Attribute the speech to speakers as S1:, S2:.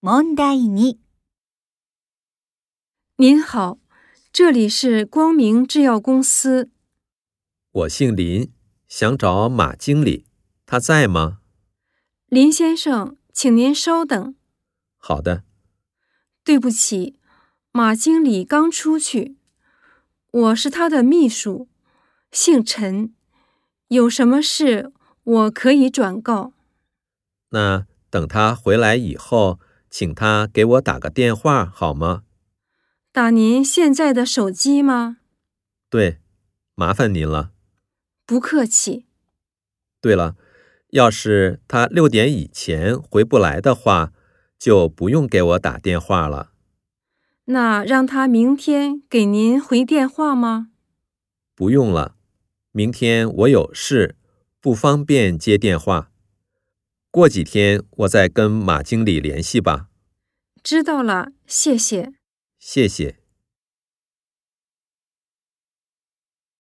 S1: 問題に
S2: 您好，这里是光明制药公司。
S3: 我姓林，想找马经理，他在吗？
S2: 林先生，请您稍等。
S3: 好的，
S2: 对不起，马经理刚出去，我是他的秘书，姓陈。有什么事我可以转告。
S3: 那等他回来以后，请他给我打个电话好吗？
S2: 打您现在的手机吗？
S3: 对，麻烦您了。
S2: 不客气。
S3: 对了，要是他六点以前回不来的话，就不用给我打电话了。
S2: 那让他明天给您回电话吗？
S3: 不用了，明天我有事，不方便接电话。过几天我再跟马经理联系吧。
S2: 知道了，谢谢。
S3: 谢谢。